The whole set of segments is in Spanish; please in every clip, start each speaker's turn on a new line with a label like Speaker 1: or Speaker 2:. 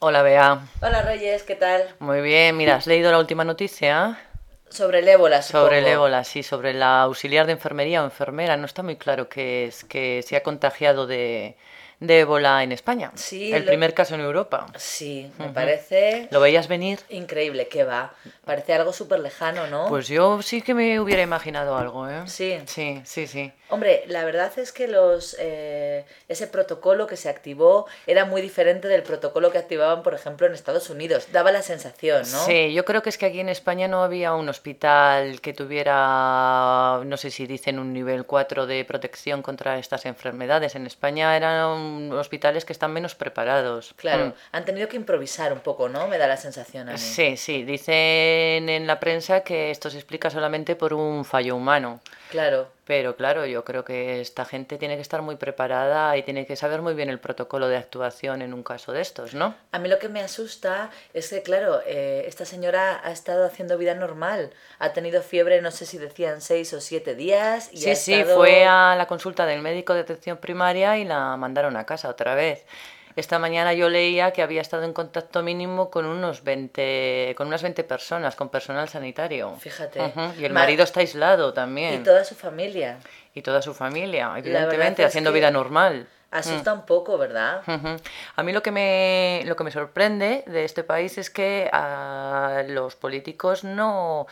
Speaker 1: Hola, Bea.
Speaker 2: Hola Reyes, ¿qué tal?
Speaker 1: Muy bien, mira, has leído la última noticia
Speaker 2: Sobre el ébola, supongo.
Speaker 1: sobre el ébola, sí, sobre la auxiliar de enfermería o enfermera. No está muy claro qué es, que se ha contagiado de, de ébola en España.
Speaker 2: Sí,
Speaker 1: El
Speaker 2: lo-
Speaker 1: primer caso en Europa.
Speaker 2: Sí, me parece
Speaker 1: ¿Lo veías venir?
Speaker 2: increíble, que va. Parece algo súper lejano, ¿no?
Speaker 1: Pues yo sí que me hubiera imaginado algo, ¿eh?
Speaker 2: Sí.
Speaker 1: Sí, sí, sí.
Speaker 2: Hombre, la verdad es que los eh, ese protocolo que se activó era muy diferente del protocolo que activaban, por ejemplo, en Estados Unidos. Daba la sensación, ¿no?
Speaker 1: Sí, yo creo que es que aquí en España no había un hospital que tuviera, no sé si dicen un nivel 4 de protección contra estas enfermedades. En España eran hospitales que están menos preparados. Mm.
Speaker 2: Claro, han tenido que improvisar un poco, ¿no? Me da la sensación a mí.
Speaker 1: Sí, sí, dicen en la prensa que esto se explica solamente por un fallo humano.
Speaker 2: Claro.
Speaker 1: Pero claro, yo creo que esta gente tiene que estar muy preparada y tiene que saber muy bien el protocolo de actuación en un caso de estos, ¿no?
Speaker 2: A mí lo que me asusta es que, claro, eh, esta señora ha estado haciendo vida normal. Ha tenido fiebre, no sé si decían seis o siete días. Y
Speaker 1: Sí,
Speaker 2: ha
Speaker 1: sí,
Speaker 2: estado-
Speaker 1: fue a la consulta del médico de atención primaria y la mandaron a casa otra vez. Esta mañana yo leía que había estado en contacto mínimo con unos 20, con unas 20 personas, con personal sanitario.
Speaker 2: Fíjate.
Speaker 1: Ujú, Y el
Speaker 2: Ma-
Speaker 1: marido está aislado
Speaker 2: Y
Speaker 1: también.
Speaker 2: toda su familia.
Speaker 1: Y toda su familia,
Speaker 2: verdad
Speaker 1: evidentemente,
Speaker 2: es
Speaker 1: haciendo
Speaker 2: que-
Speaker 1: vida normal.
Speaker 2: Asusta
Speaker 1: Mm.
Speaker 2: un poco, ¿verdad?
Speaker 1: Ujú. A mí lo que me, lo que me sorprende de este país es que ah, los políticos no,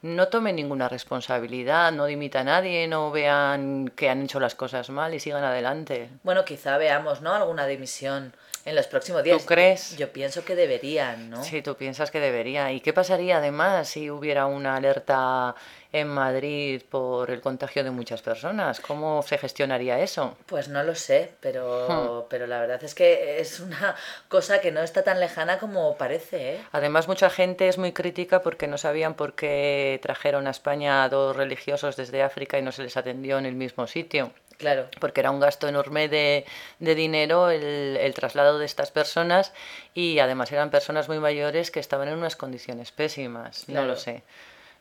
Speaker 1: no tomen ninguna responsabilidad, no dimitan a nadie, no vean que han hecho las cosas mal y sigan adelante.
Speaker 2: Bueno, quizá veamos, ¿no? Alguna dimisión en los próximos días.
Speaker 1: crees?
Speaker 2: Yo pienso que deberían, ¿no?
Speaker 1: Si tú piensas que debería. ¿Y qué pasaría además si hubiera una alerta en Madrid por el contagio de muchas personas? ¿Cómo se gestionaría eso?
Speaker 2: Pues no lo sé,
Speaker 1: Hmm.
Speaker 2: pero, pero la verdad es que es una cosa que no está tan lejana como parece, ¿eh?
Speaker 1: Además, mucha gente es muy crítica porque no sabían por qué trajeron a España a dos religiosos desde África y no se les atendió en el mismo sitio.
Speaker 2: Claro.
Speaker 1: Porque era un gasto enorme de, de dinero el, el traslado de estas personas y además eran personas muy mayores que estaban en unas condiciones pésimas. No
Speaker 2: Claro.
Speaker 1: lo sé.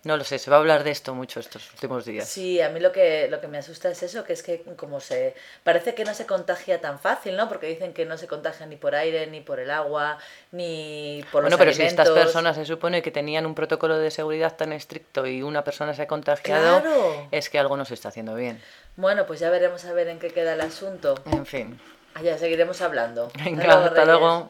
Speaker 1: No lo sé. Se va a hablar de esto mucho estos últimos días.
Speaker 2: Sí, a mí lo que, lo que me asusta es eso, que es que como se... Parece que no se contagia tan fácil, ¿no? Porque dicen que no se contagia ni por aire, ni por el agua, ni por
Speaker 1: Bueno,
Speaker 2: los
Speaker 1: pero si estas
Speaker 2: alimentos.
Speaker 1: personas se supone que tenían un protocolo de seguridad tan estricto y una persona se ha contagiado,
Speaker 2: Claro.
Speaker 1: es que algo no se está haciendo bien.
Speaker 2: Bueno, pues ya veremos a ver en qué queda el asunto.
Speaker 1: En fin.
Speaker 2: Allá seguiremos hablando.
Speaker 1: Venga, hasta
Speaker 2: Reyes.
Speaker 1: luego.